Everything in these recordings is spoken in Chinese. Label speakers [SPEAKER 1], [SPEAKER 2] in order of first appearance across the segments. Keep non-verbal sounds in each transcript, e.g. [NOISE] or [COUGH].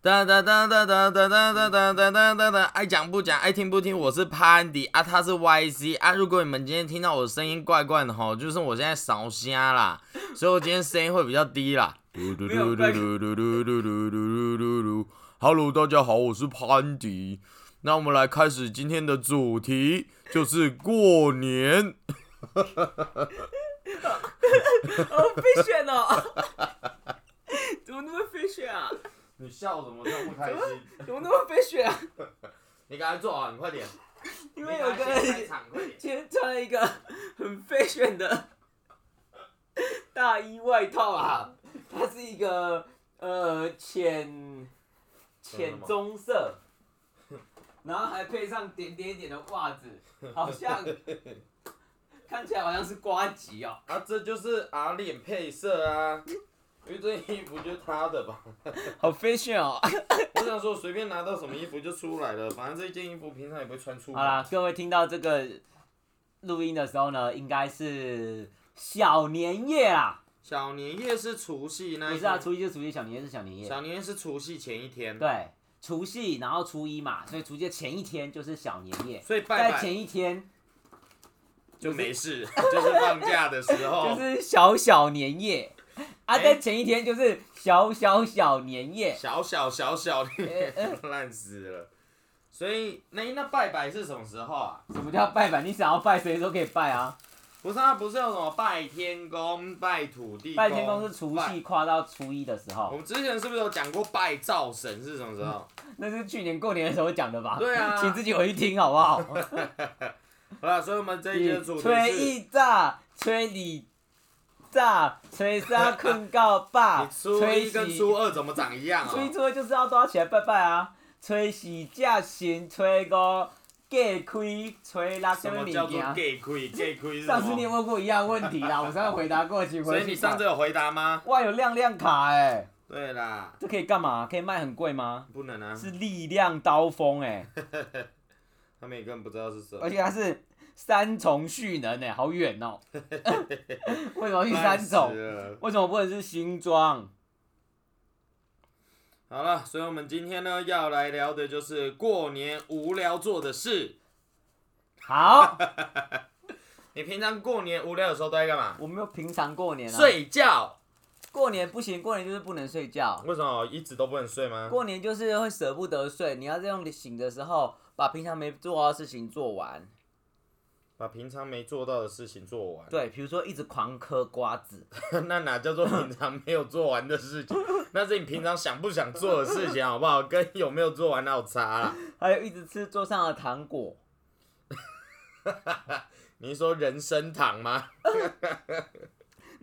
[SPEAKER 1] 哒哒哒哒哒哒哒哒哒哒哒哒哒，爱讲不讲，爱听不听，我是潘迪啊，他是 YC 啊。如果你们今天听到我的声音怪怪的吼，就是我现在烧瞎啦，所以我今天声音会比较低啦。嘟嘟嘟嘟嘟嘟嘟嘟嘟嘟嘟嘟，Hello，大家好，我是潘迪。那我们来开始今天的主题，就是过年。
[SPEAKER 2] 哦，fashion 哦， [LAUGHS] 怎么那么 fashion 啊？
[SPEAKER 1] 你笑什么？这么开心？
[SPEAKER 2] 怎么那么 fashion 啊？
[SPEAKER 1] 你赶快做好，你快点。
[SPEAKER 2] 因为有个人
[SPEAKER 1] 快点。
[SPEAKER 2] 今天穿了一个很 fashion 的大衣外套啊，它是一个呃浅浅棕色，然后还配上点点点的袜子，好像看起来好像是瓜吉哦。
[SPEAKER 1] 啊，这就是阿脸配色啊，因为这衣服就是他的吧。 [LAUGHS]
[SPEAKER 2] 好 fashion 哦！
[SPEAKER 1] 我想说，随便拿到什么衣服就出来了，反正这件衣服平常也不会穿出门。
[SPEAKER 2] 好啦，各位听到这个录音的时候呢，应该是小年夜啦，
[SPEAKER 1] 小年夜是除夕那
[SPEAKER 2] 不
[SPEAKER 1] 一
[SPEAKER 2] 是啊，
[SPEAKER 1] 天，
[SPEAKER 2] 除夕就除夕，小年夜是小年夜。
[SPEAKER 1] 小年夜是除夕前一天，
[SPEAKER 2] 对，除夕然后初一嘛，所以除夕的前一天就是小年夜，
[SPEAKER 1] 所以拜
[SPEAKER 2] 在
[SPEAKER 1] 拜
[SPEAKER 2] 前一天
[SPEAKER 1] 就没事，就是放假的时候
[SPEAKER 2] [LAUGHS] 就。是小小年夜。啊，
[SPEAKER 1] 哎
[SPEAKER 2] 在前一天就是小小小年夜，
[SPEAKER 1] 小小小小
[SPEAKER 2] 哎
[SPEAKER 1] 的烂死了。所以那那拜拜是什么时候啊？
[SPEAKER 2] 什么叫拜拜？你想要拜谁都可以拜啊。
[SPEAKER 1] 不是啊，不是有什么拜天公、拜土地
[SPEAKER 2] 拜天公是除
[SPEAKER 1] 拜
[SPEAKER 2] 夕跨到初一的时
[SPEAKER 1] 我
[SPEAKER 2] 候，
[SPEAKER 1] 们之前是不是有讲过拜灶神是什么时候？
[SPEAKER 2] 那是去年过年的时候讲的吧？
[SPEAKER 1] 对啊
[SPEAKER 2] 请自己回去听好不好？
[SPEAKER 1] 好了，所以我们这一集的主题
[SPEAKER 2] 吹
[SPEAKER 1] 是。
[SPEAKER 2] 一炸，吹二炸，吹三困到爸，
[SPEAKER 1] [LAUGHS] 你初
[SPEAKER 2] 吹
[SPEAKER 1] 一跟
[SPEAKER 2] 四
[SPEAKER 1] 初二怎么长一样
[SPEAKER 2] 初一
[SPEAKER 1] 哦？
[SPEAKER 2] 初二就是要都要起来拜拜啊！吹四正神，吹五过开，吹六
[SPEAKER 1] 什
[SPEAKER 2] 什么
[SPEAKER 1] 么叫
[SPEAKER 2] 物
[SPEAKER 1] 做
[SPEAKER 2] 件？啊
[SPEAKER 1] gay 亏？gay
[SPEAKER 2] [LAUGHS]
[SPEAKER 1] 亏是什
[SPEAKER 2] 上次你也
[SPEAKER 1] 么？
[SPEAKER 2] 问过一样问题
[SPEAKER 1] [LAUGHS]
[SPEAKER 2] 啦，我上次回答过，请
[SPEAKER 1] 所
[SPEAKER 2] 回
[SPEAKER 1] 以
[SPEAKER 2] 去
[SPEAKER 1] 你
[SPEAKER 2] 看
[SPEAKER 1] 上次有回答吗？
[SPEAKER 2] 哇，有亮亮卡哎、
[SPEAKER 1] 对啦，
[SPEAKER 2] 这可以干嘛？可以卖很贵吗？
[SPEAKER 1] 不能啊，
[SPEAKER 2] 是力量刀锋哎、
[SPEAKER 1] 他们也根本不知道是什么
[SPEAKER 2] 而。且它是三重蓄能哎、好
[SPEAKER 1] [LAUGHS]
[SPEAKER 2] 远哦、为什么去三
[SPEAKER 1] 烂死
[SPEAKER 2] 重？
[SPEAKER 1] 了
[SPEAKER 2] 为什么不能是新庄？
[SPEAKER 1] 好了，所以我们今天呢要来聊的就是过年无聊做的事。 [LAUGHS]
[SPEAKER 2] 好，
[SPEAKER 1] 你平常过年无聊的时候都在干嘛？
[SPEAKER 2] 我们又平常过年啊，
[SPEAKER 1] 睡觉。
[SPEAKER 2] 过年不行，过年就是不能睡觉。
[SPEAKER 1] 为什么一直都不能睡吗？
[SPEAKER 2] 过年就是会舍不得睡，你要在用醒的时候把平常没做到的事情做完。
[SPEAKER 1] 把平常没做到的事情做完。
[SPEAKER 2] 对，比如说一直狂嗑瓜子， [LAUGHS]
[SPEAKER 1] 那哪叫做平常没有做完的事情？那是你平常想不想做的事情，啊好不好？跟有没有做完那有差啊啦。
[SPEAKER 2] 还有一直吃桌上的糖果。
[SPEAKER 1] 你是说人参糖吗？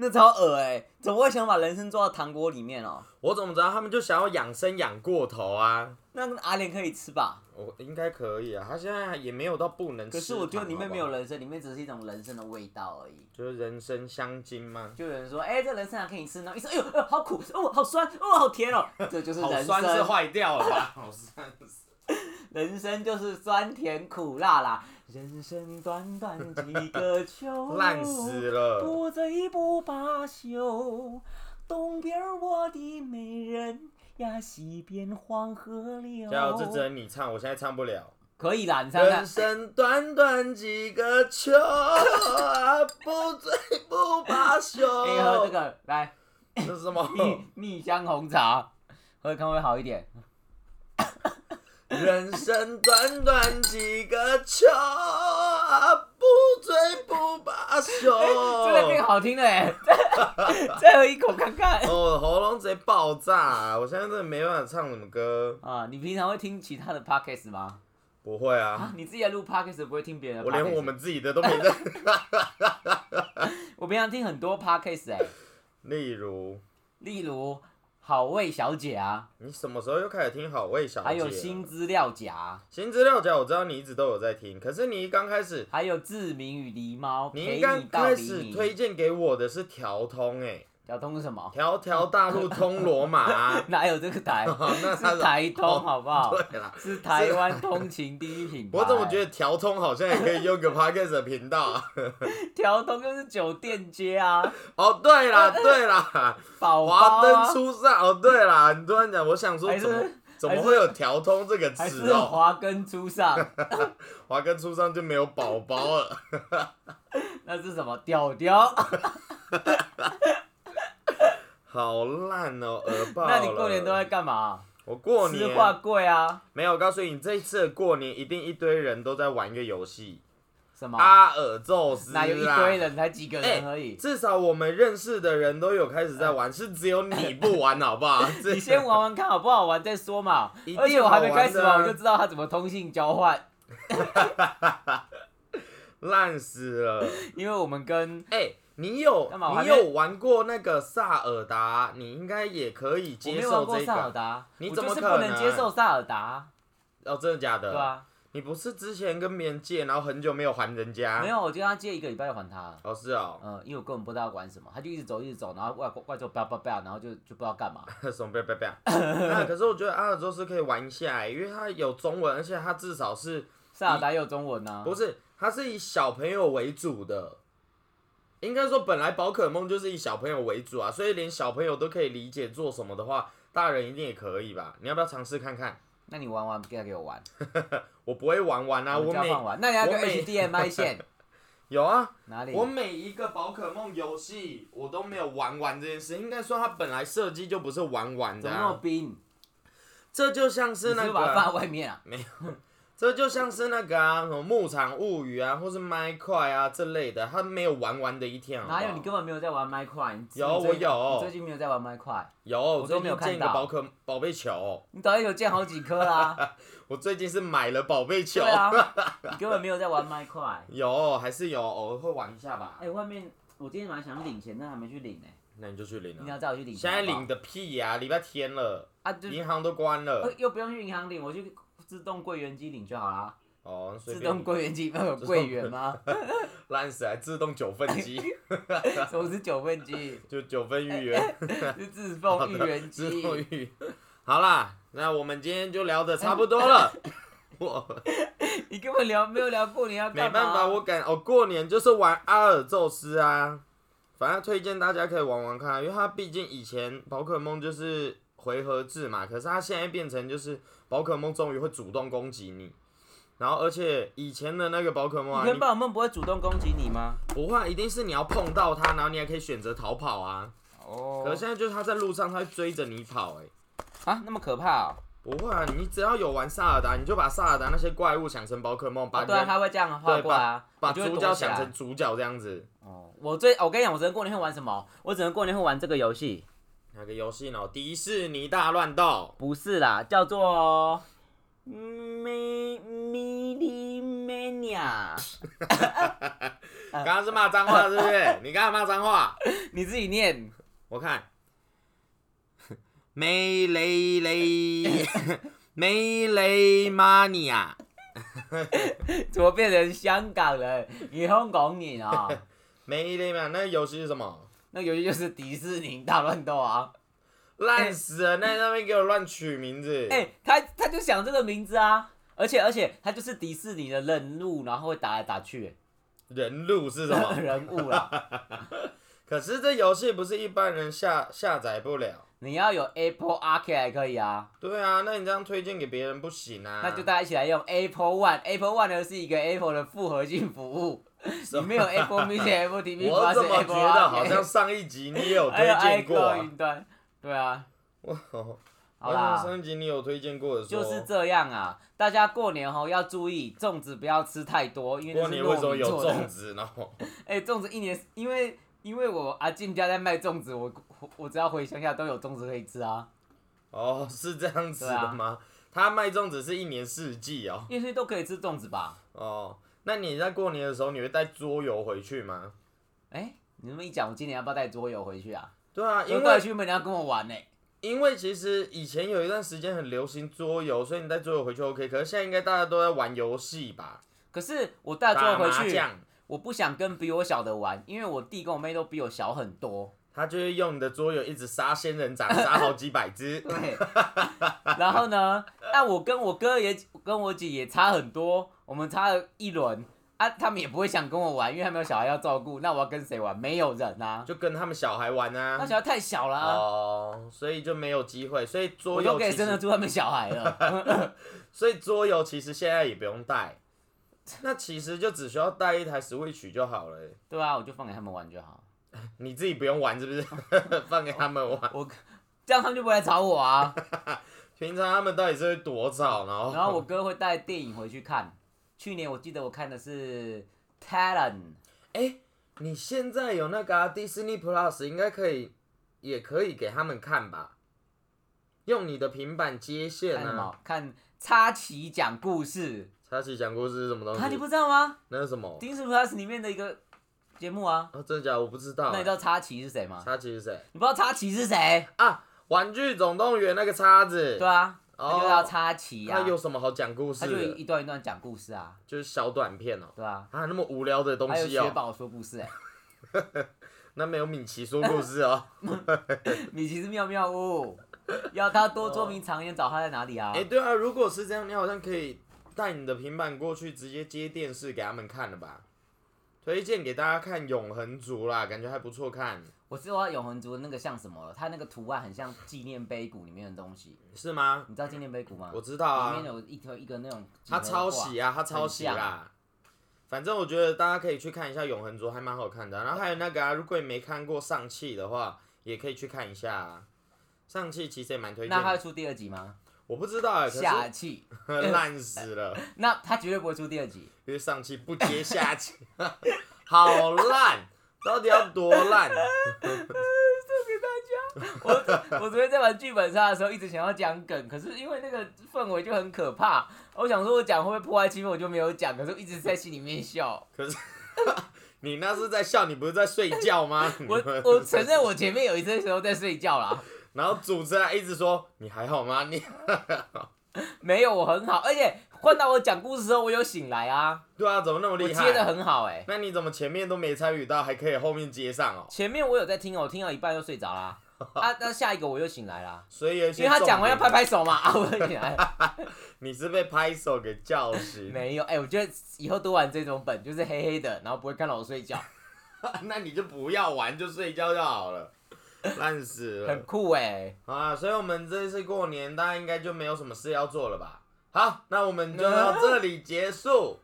[SPEAKER 2] 那超恶哎、怎么会想把人参做到糖果里面哦、
[SPEAKER 1] 我怎么知道他们就想要养生养过头啊？
[SPEAKER 2] 那阿莲可以吃吧？
[SPEAKER 1] 我应该可以啊，他现在也没有到不能吃
[SPEAKER 2] 可
[SPEAKER 1] 糖。
[SPEAKER 2] 是我觉得里面没有
[SPEAKER 1] 好不好，
[SPEAKER 2] 人参，里面只是一种人参的味道而已。
[SPEAKER 1] 就是人参香精吗？
[SPEAKER 2] 就有人说，哎、这人参还可以吃呢。一吃，哎呦，哎呦好苦，哦，好酸，哦，好甜哦。这就是
[SPEAKER 1] 好
[SPEAKER 2] 人
[SPEAKER 1] 酸是
[SPEAKER 2] 参，
[SPEAKER 1] 坏掉了吧？好酸是。
[SPEAKER 2] 人参就是酸甜苦辣啦。人生短短几个秋，
[SPEAKER 1] [LAUGHS] 烂死了！
[SPEAKER 2] 哦不醉不罢休。东边儿我的美人呀，西边黄河流。
[SPEAKER 1] 加油，这只能你唱，我现在唱不了。
[SPEAKER 2] 可以啦，你唱
[SPEAKER 1] 人
[SPEAKER 2] 唱。
[SPEAKER 1] 生短短几个秋啊，不醉不罢休。
[SPEAKER 2] 可以哎喝这个，嗯来
[SPEAKER 1] 这是
[SPEAKER 2] [LAUGHS]
[SPEAKER 1] 什么？
[SPEAKER 2] 蜜蜜香红茶，喝看会好一点。
[SPEAKER 1] 人生短短几个秋啊，不醉不罢
[SPEAKER 2] [LAUGHS]
[SPEAKER 1] 休。
[SPEAKER 2] 哎真的变好听
[SPEAKER 1] [LAUGHS]
[SPEAKER 2] 了哎，再喝一口看看。
[SPEAKER 1] 哦，喉咙直接爆炸、我现在真的没办法唱什么歌。
[SPEAKER 2] 啊，你平常会听其他的 podcast 吗？
[SPEAKER 1] 不会啊
[SPEAKER 2] 啊，，你自己在录 podcast 不会听别人的
[SPEAKER 1] 我
[SPEAKER 2] podcast？
[SPEAKER 1] 连我们自己的都没在。 [LAUGHS]
[SPEAKER 2] 我平常听很多 podcast 哎，
[SPEAKER 1] 例如，
[SPEAKER 2] 例如好味小姐啊，
[SPEAKER 1] 你什么时候又开始听好味小姐？
[SPEAKER 2] 还有新资料夹啊。
[SPEAKER 1] 新资料夹，我知道你一直都有在听，可是你一刚开始，
[SPEAKER 2] 还有志明与狸猫，
[SPEAKER 1] 你
[SPEAKER 2] 陪
[SPEAKER 1] 一
[SPEAKER 2] 你
[SPEAKER 1] 刚
[SPEAKER 2] 到
[SPEAKER 1] 开
[SPEAKER 2] 黎
[SPEAKER 1] 始
[SPEAKER 2] 明。
[SPEAKER 1] 推荐给我的是调通、欸，
[SPEAKER 2] 小通是什么？ [LAUGHS]
[SPEAKER 1] 条条大路通罗马、
[SPEAKER 2] 哪有这个台？
[SPEAKER 1] 哦 [LAUGHS] 那他
[SPEAKER 2] 是台通好不好？
[SPEAKER 1] 哦
[SPEAKER 2] 哎
[SPEAKER 1] 对啦，
[SPEAKER 2] 是台湾通勤第一品牌。
[SPEAKER 1] 我怎么觉得调通好像也可以用个 podcast 的频道啊？
[SPEAKER 2] 条通就是酒店街啊， [LAUGHS]
[SPEAKER 1] 哦，对啦，对啦，
[SPEAKER 2] 宝宝
[SPEAKER 1] 华
[SPEAKER 2] 啊
[SPEAKER 1] 灯初上。哦，对啦，你突然讲，我想说
[SPEAKER 2] 还
[SPEAKER 1] 怎么
[SPEAKER 2] 是
[SPEAKER 1] 怎么会有调通这个
[SPEAKER 2] 还
[SPEAKER 1] 词
[SPEAKER 2] 是
[SPEAKER 1] 哦？
[SPEAKER 2] 华根初上？ [LAUGHS]
[SPEAKER 1] 华哥出上就没有宝宝了。
[SPEAKER 2] 那是什么屌屌？
[SPEAKER 1] 好烂哦，耳爆了。
[SPEAKER 2] 那你过年都在干嘛？
[SPEAKER 1] 我过
[SPEAKER 2] 吃
[SPEAKER 1] 年
[SPEAKER 2] 画柜啊？
[SPEAKER 1] 没有，我告诉你，这一次的过年一定一堆人都在玩一个游戏——
[SPEAKER 2] 什么？
[SPEAKER 1] 阿尔宙斯啦。
[SPEAKER 2] 哦哪有一堆人才几个
[SPEAKER 1] 哎
[SPEAKER 2] 人而已？
[SPEAKER 1] 至少我们认识的人都有开始在玩，是只有你不玩，好不好？
[SPEAKER 2] [LAUGHS]
[SPEAKER 1] 这
[SPEAKER 2] 呃你先玩玩看好不好玩再说嘛
[SPEAKER 1] 一定。
[SPEAKER 2] 而且我还没开始
[SPEAKER 1] 好玩
[SPEAKER 2] 玩，
[SPEAKER 1] 的啊
[SPEAKER 2] 我就知道他怎么通信交换，
[SPEAKER 1] 烂死了。
[SPEAKER 2] [LAUGHS] 因为我们跟
[SPEAKER 1] 哎、你有
[SPEAKER 2] 干嘛我还
[SPEAKER 1] 你
[SPEAKER 2] 没
[SPEAKER 1] 有玩过那个萨尔达，你应该也可以
[SPEAKER 2] 我
[SPEAKER 1] 接
[SPEAKER 2] 没有玩
[SPEAKER 1] 受
[SPEAKER 2] 过
[SPEAKER 1] 这
[SPEAKER 2] 萨尔
[SPEAKER 1] 个。
[SPEAKER 2] 达，
[SPEAKER 1] 你
[SPEAKER 2] 我
[SPEAKER 1] 怎
[SPEAKER 2] 就
[SPEAKER 1] 么
[SPEAKER 2] 是
[SPEAKER 1] 可
[SPEAKER 2] 不能接
[SPEAKER 1] 能
[SPEAKER 2] 受萨尔达，
[SPEAKER 1] 哦，真的假的？
[SPEAKER 2] 对啊，
[SPEAKER 1] 你不是之前跟别人借，然后很久没有还人家？
[SPEAKER 2] 没。有，我就跟他借一个礼拜就还他了。
[SPEAKER 1] 哦，是哦， [LAUGHS]
[SPEAKER 2] 嗯，因为我根本不知道他玩什么，他就一直走，一直走，然后外外头叭叭叭，然后就就不知道干嘛。
[SPEAKER 1] 什么不要不要不
[SPEAKER 2] [LAUGHS]
[SPEAKER 1] 要。那可是我觉得阿尔宙斯可以玩一下、因为它有中文，而且它至少是
[SPEAKER 2] 萨尔达也有中文呐、
[SPEAKER 1] 不是，它是以小朋友为主的。应该说，本来宝可梦就是以小朋友为主啊，所以连小朋友都可以理解做什么的话，大人一定也可以吧？你要不要尝试看看？
[SPEAKER 2] 那你玩玩，不要给我玩，
[SPEAKER 1] 我不会玩玩啊，
[SPEAKER 2] 我
[SPEAKER 1] 我
[SPEAKER 2] 们交
[SPEAKER 1] 每
[SPEAKER 2] 换玩。那你要
[SPEAKER 1] 我
[SPEAKER 2] 个
[SPEAKER 1] 每
[SPEAKER 2] HDMI 线
[SPEAKER 1] 有啊，
[SPEAKER 2] 哪里？
[SPEAKER 1] 我每一个宝可梦游戏我都没有玩完这件事，应该说它本来设计就不是玩玩
[SPEAKER 2] 怎
[SPEAKER 1] 的、
[SPEAKER 2] 么那么
[SPEAKER 1] 啊，
[SPEAKER 2] 冰？
[SPEAKER 1] 这就像
[SPEAKER 2] 你
[SPEAKER 1] 是
[SPEAKER 2] 是不
[SPEAKER 1] 那
[SPEAKER 2] 是把它放
[SPEAKER 1] 个，
[SPEAKER 2] 在外面啊？
[SPEAKER 1] 这就像是那个啊，什么牧场物语啊，或是麦块啊这类的，它没有玩完的一天好不好
[SPEAKER 2] 哪有？你根本没有在玩麦块。你
[SPEAKER 1] 有
[SPEAKER 2] 你最
[SPEAKER 1] 我有
[SPEAKER 2] 你最近没有在玩麦块？
[SPEAKER 1] 有，我最
[SPEAKER 2] 都没有
[SPEAKER 1] 近
[SPEAKER 2] 看
[SPEAKER 1] 建一个
[SPEAKER 2] 到
[SPEAKER 1] 宝可宝贝球，
[SPEAKER 2] 你早就有建好几颗
[SPEAKER 1] [LAUGHS]
[SPEAKER 2] 啦。
[SPEAKER 1] 我最近是买了宝贝球
[SPEAKER 2] 对，啊，你根本没有在玩麦块。
[SPEAKER 1] [LAUGHS] 有还是有，偶尔会玩一下吧
[SPEAKER 2] 哎、。外面我今天晚上想领钱，但还没去领呢、
[SPEAKER 1] 那你就去领了、
[SPEAKER 2] 你要带我去领钱
[SPEAKER 1] 现
[SPEAKER 2] 好不好？
[SPEAKER 1] 在领的屁呀、礼拜天了，
[SPEAKER 2] 啊，就
[SPEAKER 1] 银行都关
[SPEAKER 2] 呃
[SPEAKER 1] 了。
[SPEAKER 2] 又不用去银行领，我去自动柜员机领就好啦。
[SPEAKER 1] 哦，随
[SPEAKER 2] 自
[SPEAKER 1] 便
[SPEAKER 2] 动
[SPEAKER 1] 你
[SPEAKER 2] 柜员机不是有柜员吗？
[SPEAKER 1] 烂死还自动九分
[SPEAKER 2] [LAUGHS]
[SPEAKER 1] 机，
[SPEAKER 2] 什么是九
[SPEAKER 1] [LAUGHS]
[SPEAKER 2] 分机？
[SPEAKER 1] 就九分预约，
[SPEAKER 2] 是自哎动预言
[SPEAKER 1] 自动
[SPEAKER 2] 机。
[SPEAKER 1] 预。好啦，那我们今天就聊的差不多了。
[SPEAKER 2] 哎
[SPEAKER 1] [LAUGHS] 我
[SPEAKER 2] 你根本聊没有聊过你要干嘛？
[SPEAKER 1] 没办法，我感哦，过年就是玩阿尔宙斯啊，反正推荐大家可以玩玩看啊，因为它毕竟以前宝可梦就是回合制嘛，可是它现在变成就是宝可梦终于会主动攻击你，然后而且以前的那个宝可梦啊，
[SPEAKER 2] 你跟
[SPEAKER 1] 你
[SPEAKER 2] 宝梦不会主动攻击你吗？
[SPEAKER 1] 不会，一定是你要碰到它，然后你还可以选择逃跑啊。
[SPEAKER 2] 哦
[SPEAKER 1] 可是现在就是它在路上，它会追着你跑、欸，
[SPEAKER 2] 啊，那么可怕哦！
[SPEAKER 1] 不会啊，你只要有玩萨尔达，你就把萨尔达那些怪物想成宝可梦，把
[SPEAKER 2] 啊对啊，
[SPEAKER 1] 人、
[SPEAKER 2] 他会这样画
[SPEAKER 1] 对
[SPEAKER 2] 过来啊，
[SPEAKER 1] 把
[SPEAKER 2] 我就会
[SPEAKER 1] 主
[SPEAKER 2] 躲
[SPEAKER 1] 角
[SPEAKER 2] 起来
[SPEAKER 1] 想成主角这样子。
[SPEAKER 2] 哦，我最我跟你讲，我只能过年会玩什么？我只能过年会玩这个游戏，
[SPEAKER 1] 哪个游戏呢？迪士尼大乱斗。
[SPEAKER 2] 不是啦，叫做嗯 Mi Mini Mania。呃
[SPEAKER 1] 刚刚是骂脏话是不是？你刚刚骂脏话，
[SPEAKER 2] 你自己念，
[SPEAKER 1] 我看。梅雷雷，
[SPEAKER 2] [LAUGHS]
[SPEAKER 1] 梅雷玛尼亚，
[SPEAKER 2] 怎么变成香港人？你香港人啊、
[SPEAKER 1] [LAUGHS] 梅雷玛，那个游戏是什么？
[SPEAKER 2] 那游戏就是迪士尼大乱斗啊！
[SPEAKER 1] 烂死了！那那边给我乱取名字。
[SPEAKER 2] 哎、他他就想这个名字啊，而且而且他就是迪士尼的人物，然后会打来打去
[SPEAKER 1] 人路是什么？
[SPEAKER 2] [LAUGHS] 人物啦。
[SPEAKER 1] 可是这游戏不是一般人下下载不了。
[SPEAKER 2] 你要有 Apple Arcade 还可以啊，
[SPEAKER 1] 对啊，那你这样推荐给别人不行啊。
[SPEAKER 2] 那就大家一起来用 Apple One，Apple One 呢是一个 Apple 的复合性服务，你没有 Apple Music、Apple TV，
[SPEAKER 1] 我怎么觉得好像
[SPEAKER 2] 是啊哎
[SPEAKER 1] 上一集你也有
[SPEAKER 2] [LAUGHS] Apple Arcade
[SPEAKER 1] 推荐过、啊？
[SPEAKER 2] 还有 iCloud 云端，对啊，
[SPEAKER 1] 我
[SPEAKER 2] 好
[SPEAKER 1] 好像
[SPEAKER 2] 啦，
[SPEAKER 1] 上一集你有推荐过的说，
[SPEAKER 2] 就是这样啊，大家过年吼要注意粽子不要吃太多，因为
[SPEAKER 1] 过
[SPEAKER 2] 那是
[SPEAKER 1] 年为什么
[SPEAKER 2] 糯米
[SPEAKER 1] 有
[SPEAKER 2] 做的
[SPEAKER 1] 粽子呢？
[SPEAKER 2] 哎、粽子一年，因为因为我阿进家在卖粽子，我我我只要回乡下都有粽子可以吃啊，
[SPEAKER 1] 哦， [LAUGHS] 是这样子的吗？他卖粽子是一年四季哦。
[SPEAKER 2] 因为都可以吃粽子吧？
[SPEAKER 1] 哦，那你在过年的时候，你会带桌游回去吗？
[SPEAKER 2] 哎、你这么一讲，我今年要不要带桌游回去啊？
[SPEAKER 1] 对啊，因
[SPEAKER 2] 因带
[SPEAKER 1] 为
[SPEAKER 2] 去没人要跟我玩呢、
[SPEAKER 1] 因为其实以前有一段时间很流行桌游，所以你带桌游回去 OK。可是现在应该大家都在玩游戏吧？
[SPEAKER 2] 可是我带桌
[SPEAKER 1] 打
[SPEAKER 2] 游回
[SPEAKER 1] 麻
[SPEAKER 2] 去，
[SPEAKER 1] 将，
[SPEAKER 2] 我不想跟比我小的玩，因为我弟跟我妹都比我小很多。
[SPEAKER 1] 他就会用你的桌游一直杀仙人掌，杀好几百只。
[SPEAKER 2] 对，然后呢，那我跟我哥也跟我姐也差很多，我们差了一轮。啊，他们也不会想跟我玩，因为他们有小孩要照顾，那我要跟谁玩？没有人啊，
[SPEAKER 1] 就跟他们小孩玩
[SPEAKER 2] 那
[SPEAKER 1] 啊。
[SPEAKER 2] 小孩太小了啊、
[SPEAKER 1] 哦，所以就没有机会，所以
[SPEAKER 2] 我
[SPEAKER 1] 桌
[SPEAKER 2] 都
[SPEAKER 1] 游
[SPEAKER 2] 可以
[SPEAKER 1] 其
[SPEAKER 2] 生得
[SPEAKER 1] 实，
[SPEAKER 2] 出他们小孩了。
[SPEAKER 1] 所以桌游其实现在也不用带，那其实就只需要带一台 Switch 就好了欸，
[SPEAKER 2] 对啊，我就放给他们玩就好。
[SPEAKER 1] 你自己不用玩是不 [LAUGHS] 是？放给他们玩。
[SPEAKER 2] 我这样他们就不会来找我啊。
[SPEAKER 1] 平常他们到底是会多吵，然后
[SPEAKER 2] 然后我哥会带电影回去看。去年我记得我看的是《Talent
[SPEAKER 1] [LAUGHS] 哎、你现在有那个、啊、Disney Plus，应该可以，也可以给他们看吧？用你的平板接》，线
[SPEAKER 2] 看什
[SPEAKER 1] 啊。
[SPEAKER 2] 么？看插旗讲故事
[SPEAKER 1] 插曲讲故事是什么东西？
[SPEAKER 2] 啊？你不知道吗
[SPEAKER 1] 那是什么？
[SPEAKER 2] ？Disney Plus 里面的一个节目啊。
[SPEAKER 1] 哦，真的假的？我不知道、
[SPEAKER 2] 那你知
[SPEAKER 1] 欸。
[SPEAKER 2] 道插旗是谁吗？
[SPEAKER 1] 插曲是谁
[SPEAKER 2] 你不知道插旗是谁？
[SPEAKER 1] 啊？玩具总动员那个叉子。
[SPEAKER 2] 对啊，
[SPEAKER 1] 哦
[SPEAKER 2] 他就叫插旗啊
[SPEAKER 1] 那，有什么好讲故事
[SPEAKER 2] 他就一
[SPEAKER 1] 的？
[SPEAKER 2] 段一段讲故事啊，
[SPEAKER 1] 就是小短片哦、
[SPEAKER 2] 对啊。
[SPEAKER 1] 啊，那么无聊的东
[SPEAKER 2] 还有
[SPEAKER 1] 西
[SPEAKER 2] 雪
[SPEAKER 1] 哦、
[SPEAKER 2] 宝说故事哎、
[SPEAKER 1] 那没有米奇说故事哦、
[SPEAKER 2] [LAUGHS] 米奇是妙妙屋，要他多捉迷藏，眼，找他在哪里啊？
[SPEAKER 1] 哎、对啊，如果是这样，你好像可以带你的平板过去，直接接电视给他们看了吧？推荐给大家看《永恒族》啦，感觉还不错看，
[SPEAKER 2] 我知道永恒族的那个像什么了，它那个图案很像纪念碑谷里面的东西。
[SPEAKER 1] 是吗？
[SPEAKER 2] 你知道纪念碑谷吗？
[SPEAKER 1] 我知道
[SPEAKER 2] 里
[SPEAKER 1] 啊
[SPEAKER 2] 面，有一条一个那种几
[SPEAKER 1] 他
[SPEAKER 2] 何
[SPEAKER 1] 抄
[SPEAKER 2] 画
[SPEAKER 1] 袭啊，他抄袭
[SPEAKER 2] 很像
[SPEAKER 1] 啦。反正我觉得大家可以去看一下《永恒族》，还蛮好看的。然后还有那个啊，如果你没看过《上汽》的话，也可以去看一下、啊。上汽其实也蛮推
[SPEAKER 2] 那
[SPEAKER 1] 荐
[SPEAKER 2] 他会
[SPEAKER 1] 的，
[SPEAKER 2] 出第二集吗？
[SPEAKER 1] 我不知道啊、
[SPEAKER 2] 下气，
[SPEAKER 1] 可是 [LAUGHS] 烂死了，
[SPEAKER 2] 那他绝对不会出第二集。
[SPEAKER 1] 因为上汽不接下气， [LAUGHS] 好烂，到底要多烂？
[SPEAKER 2] 我
[SPEAKER 1] [LAUGHS]
[SPEAKER 2] 我昨天在玩剧本杀的时候，一直想要讲梗，可是因为那个氛围就很可怕，我想说我讲会不会破坏气氛，我就没有讲，可是我一直在心里面
[SPEAKER 1] [LAUGHS]
[SPEAKER 2] 笑。
[SPEAKER 1] 你那是在笑，你不是在睡觉吗？
[SPEAKER 2] [LAUGHS] 我
[SPEAKER 1] 你们
[SPEAKER 2] 我承认我前面有一阵时候在睡觉啦，
[SPEAKER 1] 然后主持人一直说你还好吗？你 [LAUGHS]
[SPEAKER 2] 没有我很好，而且换到我讲故事的时候，我有醒来啊，
[SPEAKER 1] 对啊，怎么那么
[SPEAKER 2] 我
[SPEAKER 1] 厉
[SPEAKER 2] 接的
[SPEAKER 1] 害？
[SPEAKER 2] 很好哎、
[SPEAKER 1] 那你怎么前面都没参与到，还可以后面接上哦？
[SPEAKER 2] 前面我有在听哦，我听到一半就睡
[SPEAKER 1] [LAUGHS]
[SPEAKER 2] 着啦，啊，那下一个我又醒来啦，
[SPEAKER 1] 所以有一些
[SPEAKER 2] 因为他讲完要
[SPEAKER 1] 重
[SPEAKER 2] 拍
[SPEAKER 1] 点，
[SPEAKER 2] 拍手嘛， [LAUGHS] 啊，我又醒来了。
[SPEAKER 1] 你是被拍手给叫醒，
[SPEAKER 2] [LAUGHS] 没有，哎、我觉得以后多玩这种本，就是黑黑的，然后不会看到我睡觉，
[SPEAKER 1] [LAUGHS] 那你就不要玩，就睡觉就好了， [LAUGHS] 烂死
[SPEAKER 2] 很
[SPEAKER 1] 了
[SPEAKER 2] 酷哎、
[SPEAKER 1] 好啊！所以我们这次过年，大家应该就没有什么事要做了吧？好，那我们就到这里结
[SPEAKER 2] [LAUGHS]
[SPEAKER 1] 束。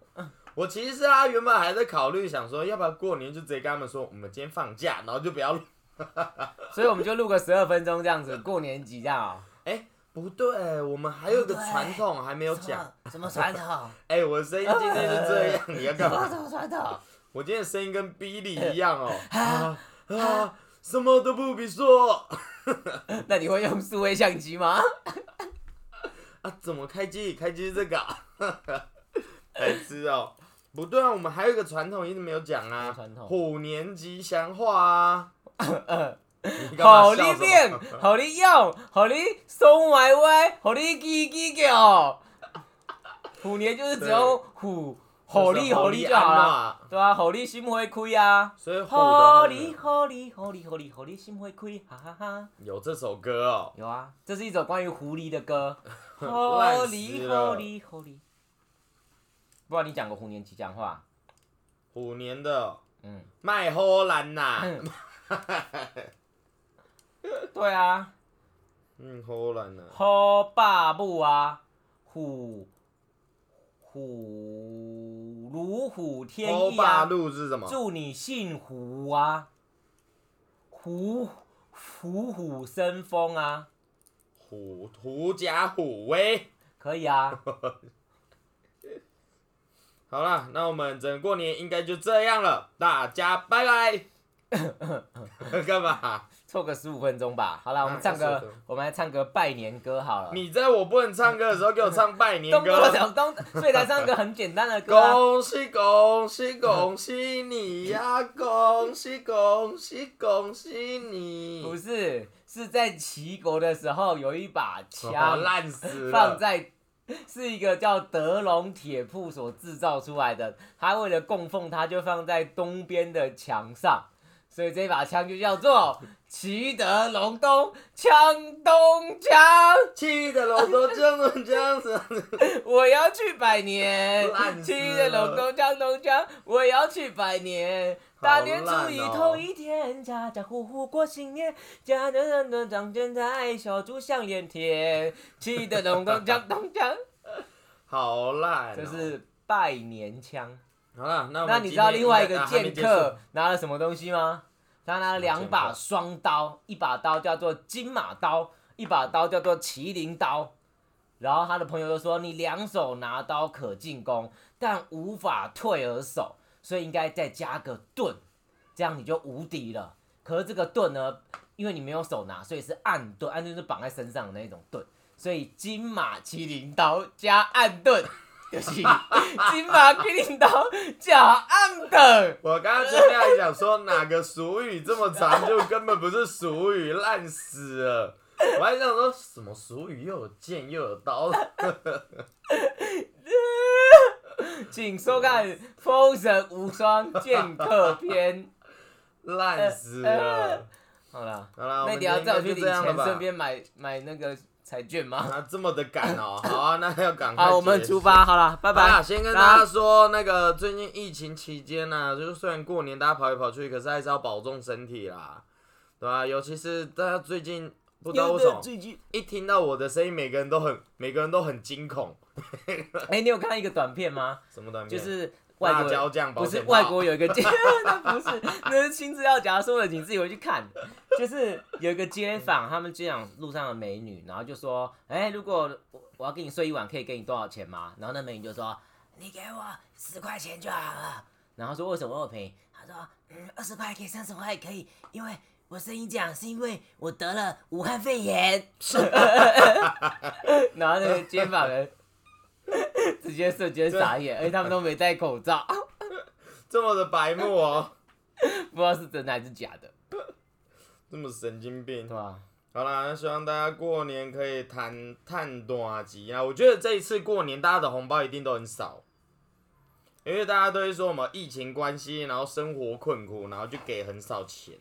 [SPEAKER 1] 我其实啊，原本还在考虑想说，要不要过年就直接跟他们说，我们今天放假，然后就不要录 [LAUGHS]
[SPEAKER 2] 所以我们就录个十二分钟这样 [LAUGHS] 子，过年集这样啊、
[SPEAKER 1] 不对，我们还有
[SPEAKER 2] 哦
[SPEAKER 1] 一个传统还没有讲。
[SPEAKER 2] 什么传 [LAUGHS] 统？
[SPEAKER 1] 哎、我的声音今天是这样，
[SPEAKER 2] [LAUGHS]
[SPEAKER 1] 你要
[SPEAKER 2] 什
[SPEAKER 1] 干
[SPEAKER 2] 么
[SPEAKER 1] 嘛？
[SPEAKER 2] 什么传统？
[SPEAKER 1] 我今天的声音跟 Billy 一样哦。
[SPEAKER 2] [LAUGHS]
[SPEAKER 1] 啊啊，什么都不必说
[SPEAKER 2] 那你会用数位相机吗？
[SPEAKER 1] 啊！怎么开机？开机是这个啊， [LAUGHS] 白痴哦。不对啊，我们还有一个传统一直没有讲
[SPEAKER 2] 什
[SPEAKER 1] 啊
[SPEAKER 2] 么传，统
[SPEAKER 1] 虎年吉祥话啊。
[SPEAKER 2] [LAUGHS]
[SPEAKER 1] 你干嘛
[SPEAKER 2] 好利
[SPEAKER 1] 笑什么 [LAUGHS]
[SPEAKER 2] 变，好利用，好利松歪歪，好利叽叽叫。虎年就是只有虎，好利好利就好了。。对啊，好利心会开啊。
[SPEAKER 1] 所以虎
[SPEAKER 2] 好
[SPEAKER 1] 的
[SPEAKER 2] 利好利好利好利好利心会开，哈哈哈。
[SPEAKER 1] 有这首歌哦。
[SPEAKER 2] 有啊，这是一首关于狐狸
[SPEAKER 1] [LAUGHS]
[SPEAKER 2] 的歌。
[SPEAKER 1] 烂
[SPEAKER 2] 狐
[SPEAKER 1] 死
[SPEAKER 2] 狸，狐
[SPEAKER 1] 了
[SPEAKER 2] 狸，狐狸。不然你讲个虎年吉祥话。
[SPEAKER 1] 虎年的
[SPEAKER 2] 嗯，
[SPEAKER 1] 卖荷兰呐。
[SPEAKER 2] 对啊，
[SPEAKER 1] 嗯，荷兰啊，
[SPEAKER 2] 虎爸母啊，虎虎如虎添
[SPEAKER 1] 欧
[SPEAKER 2] 翼
[SPEAKER 1] 巴
[SPEAKER 2] 啊，
[SPEAKER 1] 路是什么？
[SPEAKER 2] 祝你幸福啊，虎虎虎生风啊，
[SPEAKER 1] 虎狐假虎威。
[SPEAKER 2] 可以啊。
[SPEAKER 1] 好啦，那我们整个过年应该就这样了，大家拜拜。干嘛？
[SPEAKER 2] 凑个十五分钟吧，好了，我们唱
[SPEAKER 1] 那还是
[SPEAKER 2] 个
[SPEAKER 1] 有的，
[SPEAKER 2] 我们来唱个拜年歌好了。
[SPEAKER 1] 你在我不能唱歌的时候给我唱拜年
[SPEAKER 2] 东
[SPEAKER 1] 歌
[SPEAKER 2] 哥。小东，所以才唱个很简单的
[SPEAKER 1] [LAUGHS]
[SPEAKER 2] 歌、啊。
[SPEAKER 1] 恭喜恭喜恭喜你呀、恭喜恭喜恭喜
[SPEAKER 2] 不
[SPEAKER 1] 你！
[SPEAKER 2] 是，是在齐国的时候有一把
[SPEAKER 1] 哦
[SPEAKER 2] 枪
[SPEAKER 1] 烂死
[SPEAKER 2] 放
[SPEAKER 1] 了！
[SPEAKER 2] 在，是一个叫德龙铁铺所制造出来的。他为了供奉它，就放在东边的墙上，所以这把枪就叫做齐德隆咚枪咚枪。
[SPEAKER 1] 气的龙都这么这样子，
[SPEAKER 2] 我要去百年
[SPEAKER 1] 烂，死
[SPEAKER 2] 七
[SPEAKER 1] 了
[SPEAKER 2] 月隆咚锵咚锵，我也要去百年。
[SPEAKER 1] 好
[SPEAKER 2] 大
[SPEAKER 1] 烂哦
[SPEAKER 2] 年初一头一天，家家户户过新年，家家人人长卷财，小猪像连天。七的隆咚锵咚锵，
[SPEAKER 1] 好烂哦、
[SPEAKER 2] 这是拜年腔。
[SPEAKER 1] 好了，那我们
[SPEAKER 2] 那你知道另外一个
[SPEAKER 1] 今天应
[SPEAKER 2] 剑
[SPEAKER 1] 该啊还没
[SPEAKER 2] 客拿了什么东西吗？他拿了两把双刀，一把刀叫做金马刀，一把刀叫做麒麟刀。然后他的朋友都说：“你两手拿刀可进攻，但无法退而守，所以应该再加个盾，这样你就无敌了。”可是这个盾呢，因为你没有手拿，所以是暗盾，暗盾是绑在身上的那种盾，所以金马麒麟刀加暗盾，就是金马麒麟刀加暗盾。
[SPEAKER 1] 我刚刚正在讲说哪个俗语这么长，就根本不是俗语，烂死了。我还想说什么俗语又有剑又有刀，
[SPEAKER 2] [LAUGHS] 请收看《封神无双剑客篇》。
[SPEAKER 1] 烂死
[SPEAKER 2] [LAUGHS]
[SPEAKER 1] 了。
[SPEAKER 2] 好了，
[SPEAKER 1] 好了，我
[SPEAKER 2] 那
[SPEAKER 1] 们今
[SPEAKER 2] 你
[SPEAKER 1] 天
[SPEAKER 2] 要
[SPEAKER 1] 应
[SPEAKER 2] 叫
[SPEAKER 1] 该
[SPEAKER 2] 我去
[SPEAKER 1] 就
[SPEAKER 2] 领
[SPEAKER 1] 这样了
[SPEAKER 2] 钱，
[SPEAKER 1] 吧。
[SPEAKER 2] 顺便买买那个彩券吗？
[SPEAKER 1] [LAUGHS] 啊，这么的赶
[SPEAKER 2] [LAUGHS]
[SPEAKER 1] 哦，好啊，那要赶快。
[SPEAKER 2] 好，我们出。发，好了，拜
[SPEAKER 1] 好啦
[SPEAKER 2] 拜。
[SPEAKER 1] 先跟大家说，那个最近疫情期间呢、就是虽然过年大家跑来跑去，可是还是要保重身体啦，对吧、尤其是大家最近不知道为什么，
[SPEAKER 2] 最近，
[SPEAKER 1] 一听到我的声音，每个人都很，每个人都很惊恐。
[SPEAKER 2] 哎，你有看一个短片吗？
[SPEAKER 1] 什么短
[SPEAKER 2] 就
[SPEAKER 1] 片？
[SPEAKER 2] 是外
[SPEAKER 1] 辣
[SPEAKER 2] 国
[SPEAKER 1] 椒酱保
[SPEAKER 2] 不是
[SPEAKER 1] 险套
[SPEAKER 2] 外国有
[SPEAKER 1] [LAUGHS]
[SPEAKER 2] 一个街，那不是，那是亲自要假说的，你自己回去看。就是有一个
[SPEAKER 1] 嗯
[SPEAKER 2] 街坊，他们街坊路上的美女，然后就说：“哎、如果我我要跟你睡一晚，可以给你多少钱吗？”然后那美女就说：“你给我十块钱就好了。”然后说：“为什么我便宜？”他说：“嗯，二十块也可以，三十块也可以，因为我声音这样是因为我得了武汉肺炎。” [LAUGHS] 然后那个街坊人直接瞬间傻眼，而且他们都没戴口罩。 [LAUGHS]
[SPEAKER 1] 这么的白目哦， [LAUGHS]
[SPEAKER 2] 不知道是真的还是假的，
[SPEAKER 1] 这么神经病
[SPEAKER 2] 对。吧？
[SPEAKER 1] 好啦，那希望大家过年可以谈探短集啊！我觉得这一次过年大家的红包一定都很少，因为大家都会说我们疫情关系，然后生活困苦，然后就给很少钱。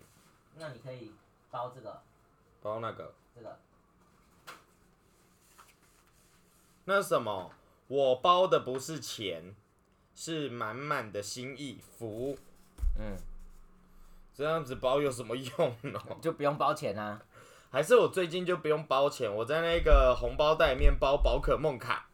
[SPEAKER 2] 那你可以包这个，
[SPEAKER 1] 包那个
[SPEAKER 2] 这个
[SPEAKER 1] 那什么，我包的不是钱，是满满的心意服务。
[SPEAKER 2] 嗯，
[SPEAKER 1] 这样子包有什么用呢？ [LAUGHS]
[SPEAKER 2] 就不用包钱啊啦、
[SPEAKER 1] 还是我最近就不用包钱，我在那个红包袋里面包宝可梦卡。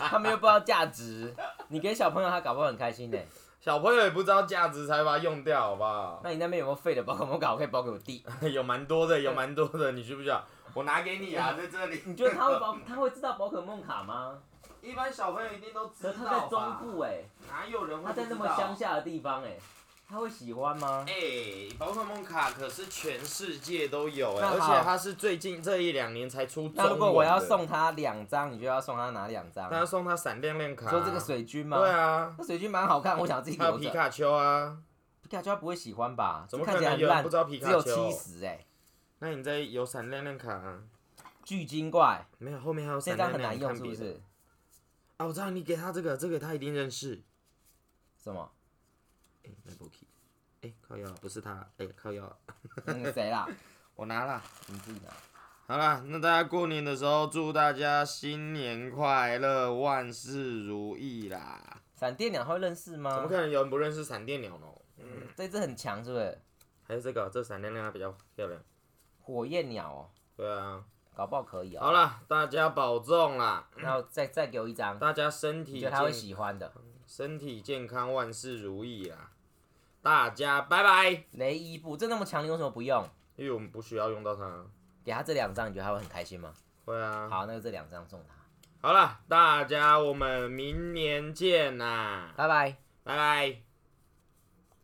[SPEAKER 2] 他们又不知道价值。你给小朋友，他搞不好很开心呢、
[SPEAKER 1] 小朋友也不知道价值，才把它用掉，好不好？ [LAUGHS]
[SPEAKER 2] 那你那边有没有废的宝可梦卡？我可以包给我弟。
[SPEAKER 1] 有蛮多的，有蛮多的，你需不需要？我拿给你啊，在这 [LAUGHS] 里。
[SPEAKER 2] 你觉得他会包？他会知道宝可梦卡吗？
[SPEAKER 1] 一般小朋友一定都知道
[SPEAKER 2] 可是他在中
[SPEAKER 1] 吧，
[SPEAKER 2] 部哎、
[SPEAKER 1] 哪有人会
[SPEAKER 2] 他
[SPEAKER 1] 不知
[SPEAKER 2] 在
[SPEAKER 1] 道？
[SPEAKER 2] 那么乡下的地方哎、他会喜欢吗？
[SPEAKER 1] 哎、宝可梦卡可是全世界都有哎、而
[SPEAKER 2] 那好
[SPEAKER 1] 且它是最近这一两年才出中文的
[SPEAKER 2] 那如果我要，送他两张，你就要送他哪两张？
[SPEAKER 1] 那要送它闪亮亮卡、啊
[SPEAKER 2] 你说这个水军吗？
[SPEAKER 1] 对。啊，
[SPEAKER 2] 那水军蛮好看，我想自己
[SPEAKER 1] 还有
[SPEAKER 2] 留
[SPEAKER 1] 皮
[SPEAKER 2] 着。
[SPEAKER 1] 卡丘啊，
[SPEAKER 2] 皮卡丘他不会喜欢吧？
[SPEAKER 1] 怎么
[SPEAKER 2] 看
[SPEAKER 1] 可
[SPEAKER 2] 起来
[SPEAKER 1] 能
[SPEAKER 2] 很
[SPEAKER 1] 有人
[SPEAKER 2] 烂
[SPEAKER 1] 不知，道皮
[SPEAKER 2] 只
[SPEAKER 1] 卡
[SPEAKER 2] 有
[SPEAKER 1] 丘？
[SPEAKER 2] 七十哎。
[SPEAKER 1] 那你再有闪亮亮卡、啊？
[SPEAKER 2] 巨精怪，
[SPEAKER 1] 没有，后面还有
[SPEAKER 2] 这
[SPEAKER 1] 闪
[SPEAKER 2] 张
[SPEAKER 1] 亮
[SPEAKER 2] 很
[SPEAKER 1] 亮，
[SPEAKER 2] 难
[SPEAKER 1] 你
[SPEAKER 2] 用，
[SPEAKER 1] 看
[SPEAKER 2] 是
[SPEAKER 1] 别
[SPEAKER 2] 不
[SPEAKER 1] 的
[SPEAKER 2] 是？
[SPEAKER 1] 啊，我知道你给他这个，这个他一定认识。
[SPEAKER 2] 什么？
[SPEAKER 1] 哎、那不 k 哎、靠腰，不是他，哎、靠腰，
[SPEAKER 2] 那个谁啦？
[SPEAKER 1] 我拿了。
[SPEAKER 2] 你自己拿。
[SPEAKER 1] 好啦，那大家过年的时候，祝大家新年快乐，万事如意啦！
[SPEAKER 2] 闪电鸟他会认识
[SPEAKER 1] 怎么
[SPEAKER 2] 吗
[SPEAKER 1] 可？能有人不认识闪电鸟呢？
[SPEAKER 2] 这只很强，是不是？
[SPEAKER 1] 还有这个，这闪电亮比较漂亮。
[SPEAKER 2] 火焰鸟哦，
[SPEAKER 1] 对啊，
[SPEAKER 2] 搞不好可以
[SPEAKER 1] 好
[SPEAKER 2] 哦。
[SPEAKER 1] 啦，大家保重啦，
[SPEAKER 2] 然后再再给我一张，
[SPEAKER 1] 大家身
[SPEAKER 2] 你
[SPEAKER 1] 体
[SPEAKER 2] 觉得他会
[SPEAKER 1] 健
[SPEAKER 2] 喜欢的。
[SPEAKER 1] 嗯身体健康，万事如意啦！大家拜拜，
[SPEAKER 2] 雷伊布这那么强，你为什么不用？
[SPEAKER 1] 因为我们不需要用到它。
[SPEAKER 2] 给他这两张，你觉得他会很开心吗？
[SPEAKER 1] 会啊，
[SPEAKER 2] 好，那就这两张送他，
[SPEAKER 1] 好了，大家我们明年见啦，
[SPEAKER 2] 拜拜。
[SPEAKER 1] 拜拜。